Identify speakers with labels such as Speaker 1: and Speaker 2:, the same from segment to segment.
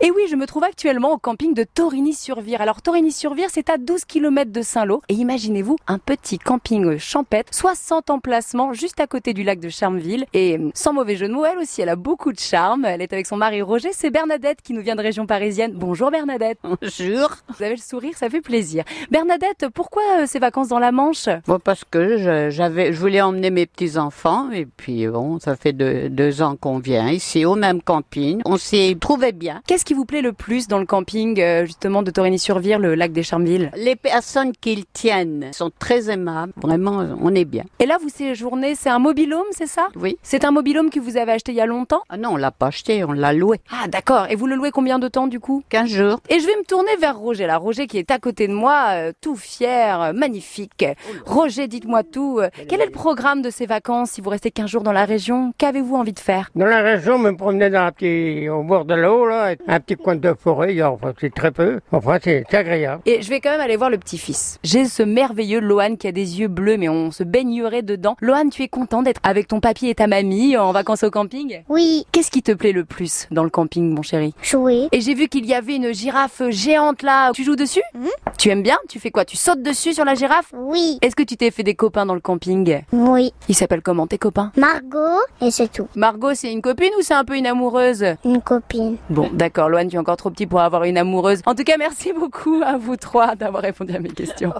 Speaker 1: Et oui, je me trouve actuellement au camping de Torigny-sur-Vire. Alors Torigny-sur-Vire, c'est à 12 km de Saint-Lô. Et imaginez-vous un petit camping euh, champêtre, 60 emplacements juste à côté du lac de Charmeville. Et euh, sans mauvais jeu de mots, elle aussi, elle a beaucoup de charme. Elle est avec son mari Roger. C'est Bernadette qui nous vient de région parisienne. Bonjour Bernadette.
Speaker 2: Bonjour.
Speaker 1: Vous avez le sourire, ça fait plaisir. Bernadette, pourquoi euh, ces vacances dans la Manche
Speaker 2: Bon, parce que je- j'avais, je voulais emmener mes petits-enfants et puis bon, ça fait deux, deux ans qu'on vient ici au même camping. On s'y trouvait bien.
Speaker 1: Qu'est-ce qui vous plaît le plus dans le camping euh, justement de Torigny-sur-Vire, le lac des Charmeville
Speaker 2: Les personnes qu'ils tiennent sont très aimables. Vraiment, on est bien.
Speaker 1: Et là, vous séjournez, c'est un mobilhome, c'est ça
Speaker 2: Oui.
Speaker 1: C'est un mobilhome que vous avez acheté il y a longtemps
Speaker 2: Ah non, on l'a pas acheté, on l'a loué.
Speaker 1: Ah d'accord, et vous le louez combien de temps du coup
Speaker 2: 15 jours.
Speaker 1: Et je vais me tourner vers Roger, là, Roger qui est à côté de moi, euh, tout fier, euh, magnifique. Roger, dites-moi tout, euh, quel est le programme de ces vacances si vous restez 15 jours dans la région Qu'avez-vous envie de faire
Speaker 3: Dans la région, me promener dans un petit, au bord de l'eau, là, un petit coin de forêt, il y a- enfin, c'est très peu. Enfin, c'est c'est agréable.
Speaker 1: Et je vais quand même aller voir le petit-fils. J'ai ce merveilleux Lohan qui a des yeux bleus, mais on se baignerait dedans. Lohan, tu es content d'être avec ton papy et ta mamie en vacances au camping
Speaker 4: Oui,
Speaker 1: Qu'est-ce qui te plaît le plus dans le camping, mon chéri
Speaker 4: jouer.
Speaker 1: Et j'ai vu qu'il y avait une girafe géante là. Tu joues dessus
Speaker 4: Mhm.
Speaker 1: Tu aimes bien Tu fais quoi Tu sautes dessus sur la girafe
Speaker 4: Oui,
Speaker 1: Est-ce que tu t'es fait des copains dans le camping
Speaker 4: oui.
Speaker 1: Ils s'appellent comment tes copains
Speaker 4: Margot, et c'est tout.
Speaker 1: Margot, c'est une copine ou c'est un peu une amoureuse
Speaker 4: Une copine.
Speaker 1: Bon, d'accord, Loane, tu es encore trop petit pour avoir une amoureuse. En tout cas, merci beaucoup à vous trois d'avoir répondu à mes questions.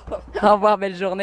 Speaker 1: Au revoir, belle journée.